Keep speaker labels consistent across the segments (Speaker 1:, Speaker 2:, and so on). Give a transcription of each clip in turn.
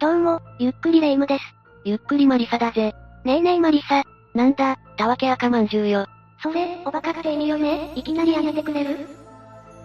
Speaker 1: どうも、ゆっくりレ夢ムです。
Speaker 2: ゆっくりマリサだぜ。
Speaker 1: ねえねえマリサ。
Speaker 2: なんだ、たわけ赤まんじゅうよ。
Speaker 1: それ、おバカって意味よねいきなりやめてくれる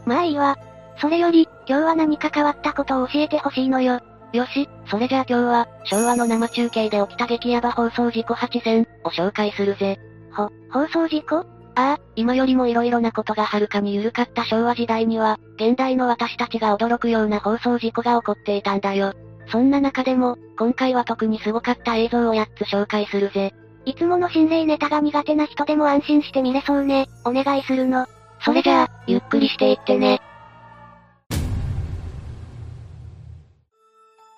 Speaker 1: まあいいわ。それより、今日は何か変わったことを教えてほしいのよ。
Speaker 2: よし、それじゃあ今日は、昭和の生中継で起きた激ヤバ放送事故8000を紹介するぜ。
Speaker 1: ほ、放送事故
Speaker 2: ああ、今よりも色々なことがはるかに緩かった昭和時代には、現代の私たちが驚くような放送事故が起こっていたんだよ。そんな中でも、今回は特にすごかった映像を8つ紹介するぜ。
Speaker 1: いつもの心霊ネタが苦手な人でも安心して見れそうね。お願いするの。
Speaker 2: それじゃあ、ゆっくりしていってね。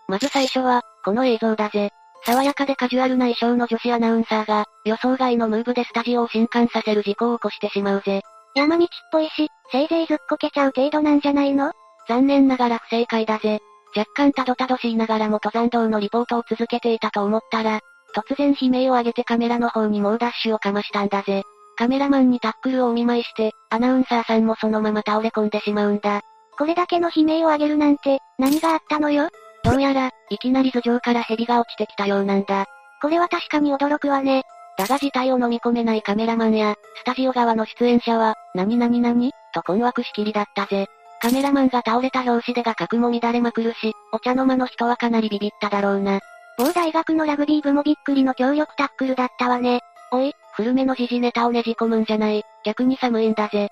Speaker 2: まず最初は、この映像だぜ。爽やかでカジュアルな衣装の女子アナウンサーが、予想外のムーブでスタジオを震撼させる事故を起こしてしまうぜ。
Speaker 1: 山道っぽいし、せいぜいずっこけちゃう程度なんじゃないの
Speaker 2: 残念ながら不正解だぜ。若干たどたどしいながらも登山道のリポートを続けていたと思ったら、突然悲鳴を上げてカメラの方に猛ダッシュをかましたんだぜ。カメラマンにタックルをお見舞いして、アナウンサーさんもそのまま倒れ込んでしまうんだ。
Speaker 1: これだけの悲鳴を上げるなんて、何があったのよ
Speaker 2: どうやら、いきなり頭上から蛇が落ちてきたようなんだ。
Speaker 1: これは確かに驚くわね。
Speaker 2: だが事態を飲み込めないカメラマンや、スタジオ側の出演者は、何々何と困惑しきりだったぜ。カメラマンが倒れた拍子で画角も乱れまくるし、お茶の間の人はかなりビビっただろうな。
Speaker 1: 某大学のラグビー部もびっくりの協力タックルだったわね。
Speaker 2: おい、古めの時事ネタをねじ込むんじゃない。逆に寒いんだぜ。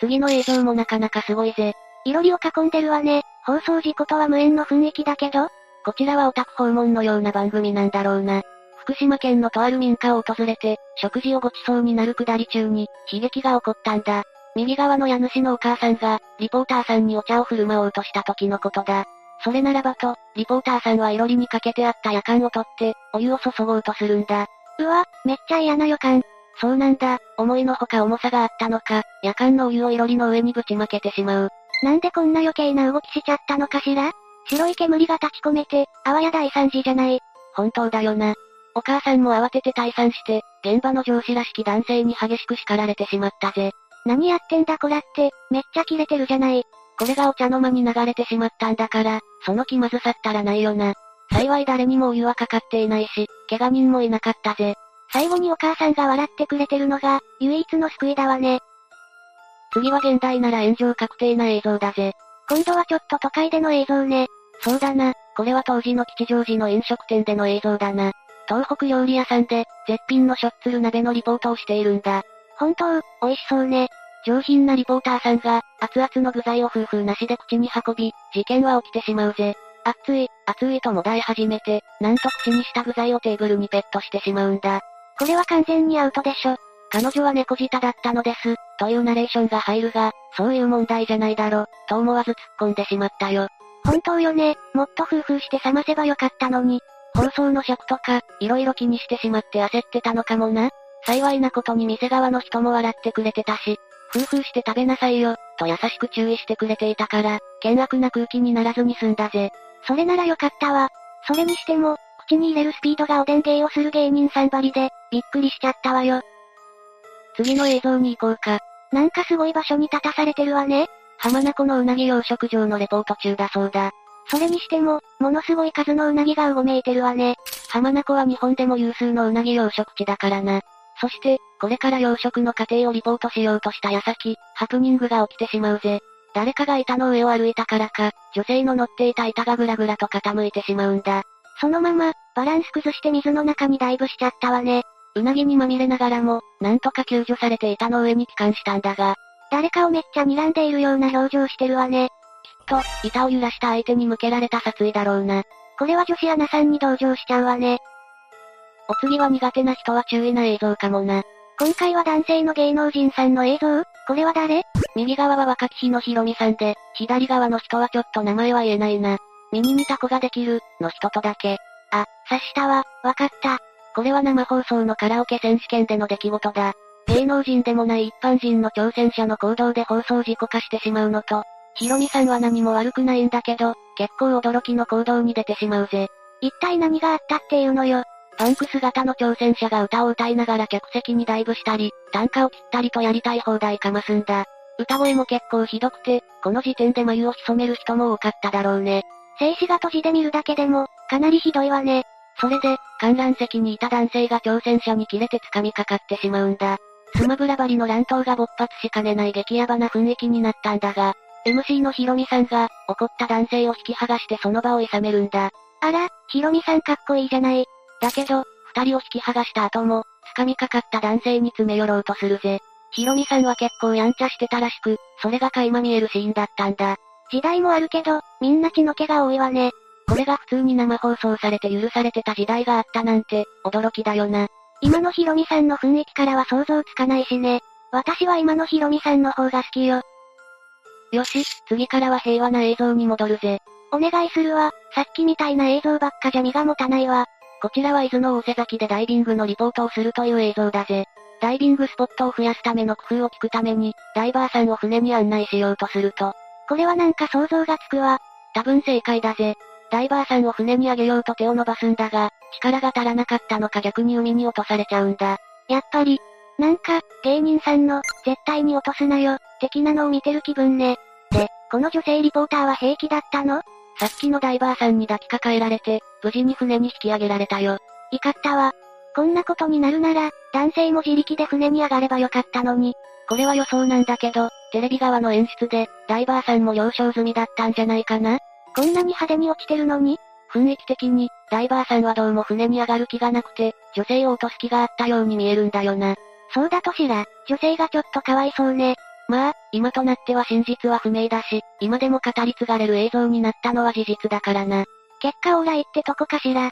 Speaker 2: 次の映像もなかなかすごいぜ。
Speaker 1: いろりを囲んでるわね。放送事故とは無縁の雰囲気だけど
Speaker 2: こちらはオタク訪問のような番組なんだろうな。福島県のとある民家を訪れて、食事をごちそうになる下り中に、悲劇が起こったんだ。右側の家主のお母さんが、リポーターさんにお茶を振る舞おうとした時のことだ。それならばと、リポーターさんはいろりにかけてあった夜間を取って、お湯を注ごうとするんだ。
Speaker 1: うわ、めっちゃ嫌な予感。
Speaker 2: そうなんだ、思いのほか重さがあったのか、夜間のお湯をいろりの上にぶちまけてしまう。
Speaker 1: なんでこんな余計な動きしちゃったのかしら白い煙が立ち込めて、あわや大惨事じゃない。
Speaker 2: 本当だよな。お母さんも慌てて退散して、現場の上司らしき男性に激しく叱られてしまったぜ。
Speaker 1: 何やってんだこらって、めっちゃキレてるじゃない。
Speaker 2: これがお茶の間に流れてしまったんだから、その気まずさったらないよな。幸い誰にもお湯はかかっていないし、怪我人もいなかったぜ。
Speaker 1: 最後にお母さんが笑ってくれてるのが、唯一の救いだわね。
Speaker 2: 次は現代なら炎上確定な映像だぜ。
Speaker 1: 今度はちょっと都会での映像ね。
Speaker 2: そうだな、これは当時の吉祥寺の飲食店での映像だな。東北料理屋さんで、絶品のしょっつる鍋のリポートをしているんだ。
Speaker 1: 本当、美味しそうね。
Speaker 2: 上品なリポーターさんが、熱々の具材を夫婦なしで口に運び、事件は起きてしまうぜ。熱い、熱いともだえ始めて、なんと口にした具材をテーブルにペットしてしまうんだ。
Speaker 1: これは完全にアウトでしょ。
Speaker 2: 彼女は猫舌だったのです、というナレーションが入るが、そういう問題じゃないだろ、と思わず突っ込んでしまったよ。
Speaker 1: 本当よね、もっと夫婦して冷ませばよかったのに。
Speaker 2: 放送の尺とか、色々気にしてしまって焦ってたのかもな。幸いなことに店側の人も笑ってくれてたし、夫婦して食べなさいよ、と優しく注意してくれていたから、険悪な空気にならずに済んだぜ。
Speaker 1: それならよかったわ。それにしても、口に入れるスピードがおでん芸をする芸人さんばりで、びっくりしちゃったわよ。
Speaker 2: 次の映像に行こうか。
Speaker 1: なんかすごい場所に立たされてるわね。
Speaker 2: 浜名湖のうなぎ養殖場のレポート中だそうだ。
Speaker 1: それにしても、ものすごい数のうなぎがうごめいてるわね。
Speaker 2: 浜名湖は日本でも有数のうなぎ養殖地だからな。そして、これから養殖の過程をリポートしようとした矢先、ハプニングが起きてしまうぜ。誰かが板の上を歩いたからか、女性の乗っていた板がぐらぐらと傾いてしまうんだ。
Speaker 1: そのまま、バランス崩して水の中にダイブしちゃったわね。
Speaker 2: うなぎにまみれながらも、なんとか救助されて板の上に帰還したんだが、
Speaker 1: 誰かをめっちゃ睨んでいるような表情してるわね。
Speaker 2: きっと、板を揺らした相手に向けられた殺意だろうな。
Speaker 1: これは女子アナさんに同情しちゃうわね。
Speaker 2: お次は苦手な人は注意な映像かもな。
Speaker 1: 今回は男性の芸能人さんの映像これは誰
Speaker 2: 右側は若き日のひろみさんで、左側の人はちょっと名前は言えないな。耳にタコができる、の人とだけ。
Speaker 1: あ、察したわ、わかった。
Speaker 2: これは生放送のカラオケ選手権での出来事だ。芸能人でもない一般人の挑戦者の行動で放送事故化してしまうのと、ひろみさんは何も悪くないんだけど、結構驚きの行動に出てしまうぜ。
Speaker 1: 一体何があったっていうのよ。
Speaker 2: パンク姿の挑戦者が歌を歌いながら客席にダイブしたり、短歌を切ったりとやりたい放題かますんだ。歌声も結構ひどくて、この時点で眉を潜める人も多かっただろうね。
Speaker 1: 静止画閉じで見るだけでも、かなりひどいわね。
Speaker 2: それで、観覧席にいた男性が挑戦者に切れて掴みかかってしまうんだ。スマブラバリの乱闘が勃発しかねない激ヤバな雰囲気になったんだが、MC のヒロミさんが、怒った男性を引き剥がしてその場を諌めるんだ。
Speaker 1: あら、ヒロミさんかっこいいじゃない。
Speaker 2: だけど、二人を引き剥がした後も、掴みかかった男性に詰め寄ろうとするぜ。ヒロミさんは結構やんちゃしてたらしく、それが垣間見えるシーンだったんだ。
Speaker 1: 時代もあるけど、みんな血の気が多いわね。
Speaker 2: これが普通に生放送されて許されてた時代があったなんて、驚きだよな。
Speaker 1: 今のヒロミさんの雰囲気からは想像つかないしね。私は今のヒロミさんの方が好きよ。
Speaker 2: よし、次からは平和な映像に戻るぜ。
Speaker 1: お願いするわ。さっきみたいな映像ばっかじゃ身が持たないわ。
Speaker 2: こちらは伊豆の大瀬崎でダイビングのリポートをするという映像だぜ。ダイビングスポットを増やすための工夫を聞くために、ダイバーさんを船に案内しようとすると。
Speaker 1: これはなんか想像がつくわ。
Speaker 2: 多分正解だぜ。ダイバーさんを船にあげようと手を伸ばすんだが、力が足らなかったのか逆に海に落とされちゃうんだ。
Speaker 1: やっぱり、なんか、芸人さんの、絶対に落とすなよ、的なのを見てる気分ね。で、この女性リポーターは平気だったの
Speaker 2: さっきのダイバーさんに抱きかかえられて、無事に船に引き上げられたよ。
Speaker 1: 怒ったわ。こんなことになるなら、男性も自力で船に上がればよかったのに。
Speaker 2: これは予想なんだけど、テレビ側の演出で、ダイバーさんも了承済みだったんじゃないかな
Speaker 1: こんなに派手に落ちてるのに
Speaker 2: 雰囲気的に、ダイバーさんはどうも船に上がる気がなくて、女性を落とす気があったように見えるんだよな。
Speaker 1: そうだとしら、女性がちょっとかわいそうね。
Speaker 2: まあ、今となっては真実は不明だし、今でも語り継がれる映像になったのは事実だからな。
Speaker 1: 結果オーライってとこかしら。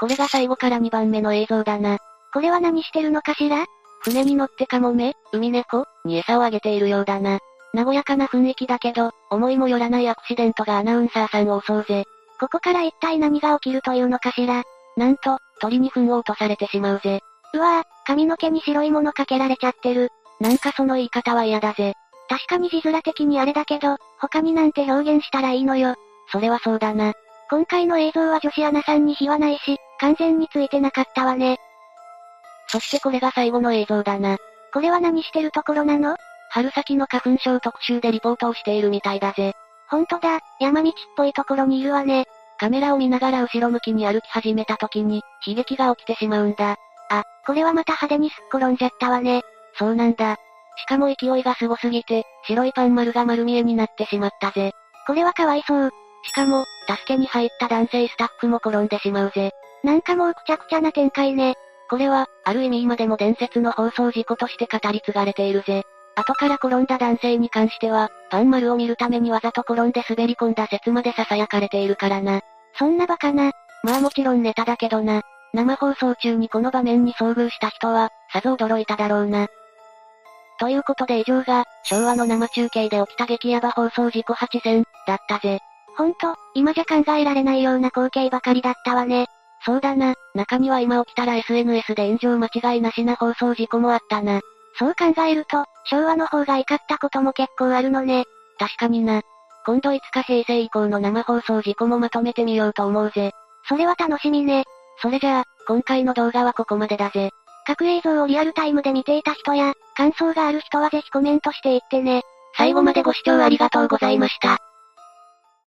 Speaker 2: これが最後から2番目の映像だな。
Speaker 1: これは何してるのかしら
Speaker 2: 船に乗ってカモメ、海猫に餌をあげているようだな。和やかな雰囲気だけど、思いもよらないアクシデントがアナウンサーさんを襲うぜ。
Speaker 1: ここから一体何が起きるというのかしら。
Speaker 2: なんと、鳥に糞を落とされてしまうぜ。
Speaker 1: うわぁ、髪の毛に白いものかけられちゃってる。
Speaker 2: なんかその言い方は嫌だぜ。
Speaker 1: 確かに字面的にあれだけど、他になんて表現したらいいのよ。
Speaker 2: それはそうだな。
Speaker 1: 今回の映像は女子アナさんに非はないし、完全についてなかったわね。
Speaker 2: そしてこれが最後の映像だな。
Speaker 1: これは何してるところなの
Speaker 2: 春先の花粉症特集でリポートをしているみたいだぜ。
Speaker 1: ほんとだ、山道っぽいところにいるわね。
Speaker 2: カメラを見ながら後ろ向きに歩き始めた時に、悲劇が起きてしまうんだ。
Speaker 1: あ、これはまた派手にすっ転んじゃったわね。
Speaker 2: そうなんだ。しかも勢いがすごすぎて、白いパン丸が丸見えになってしまったぜ。
Speaker 1: これはかわいそう。
Speaker 2: しかも、助けに入った男性スタッフも転んでしまうぜ。
Speaker 1: なんかもうくちゃくちゃな展開ね。
Speaker 2: これは、ある意味今でも伝説の放送事故として語り継がれているぜ。後から転んだ男性に関しては、パン丸を見るためにわざと転んで滑り込んだ説まで囁かれているからな。
Speaker 1: そんなバカな。
Speaker 2: まあもちろんネタだけどな。生放送中にこの場面に遭遇した人は、さぞ驚いただろうな。ということで以上が、昭和の生中継で起きた激ヤバ放送事故8000、だったぜ。
Speaker 1: ほんと、今じゃ考えられないような光景ばかりだったわね。
Speaker 2: そうだな、中には今起きたら SNS で炎上間違いなしな放送事故もあったな。
Speaker 1: そう考えると、昭和の方が怒ったことも結構あるのね。
Speaker 2: 確かにな。今度いつか平成以降の生放送事故もまとめてみようと思うぜ。
Speaker 1: それは楽しみね。
Speaker 2: それじゃあ、今回の動画はここまでだぜ。
Speaker 1: 各映像をリアルタイムで見ていた人や、感想がある人はぜひコメントしていってね。
Speaker 2: 最後までご視聴ありがとうございました。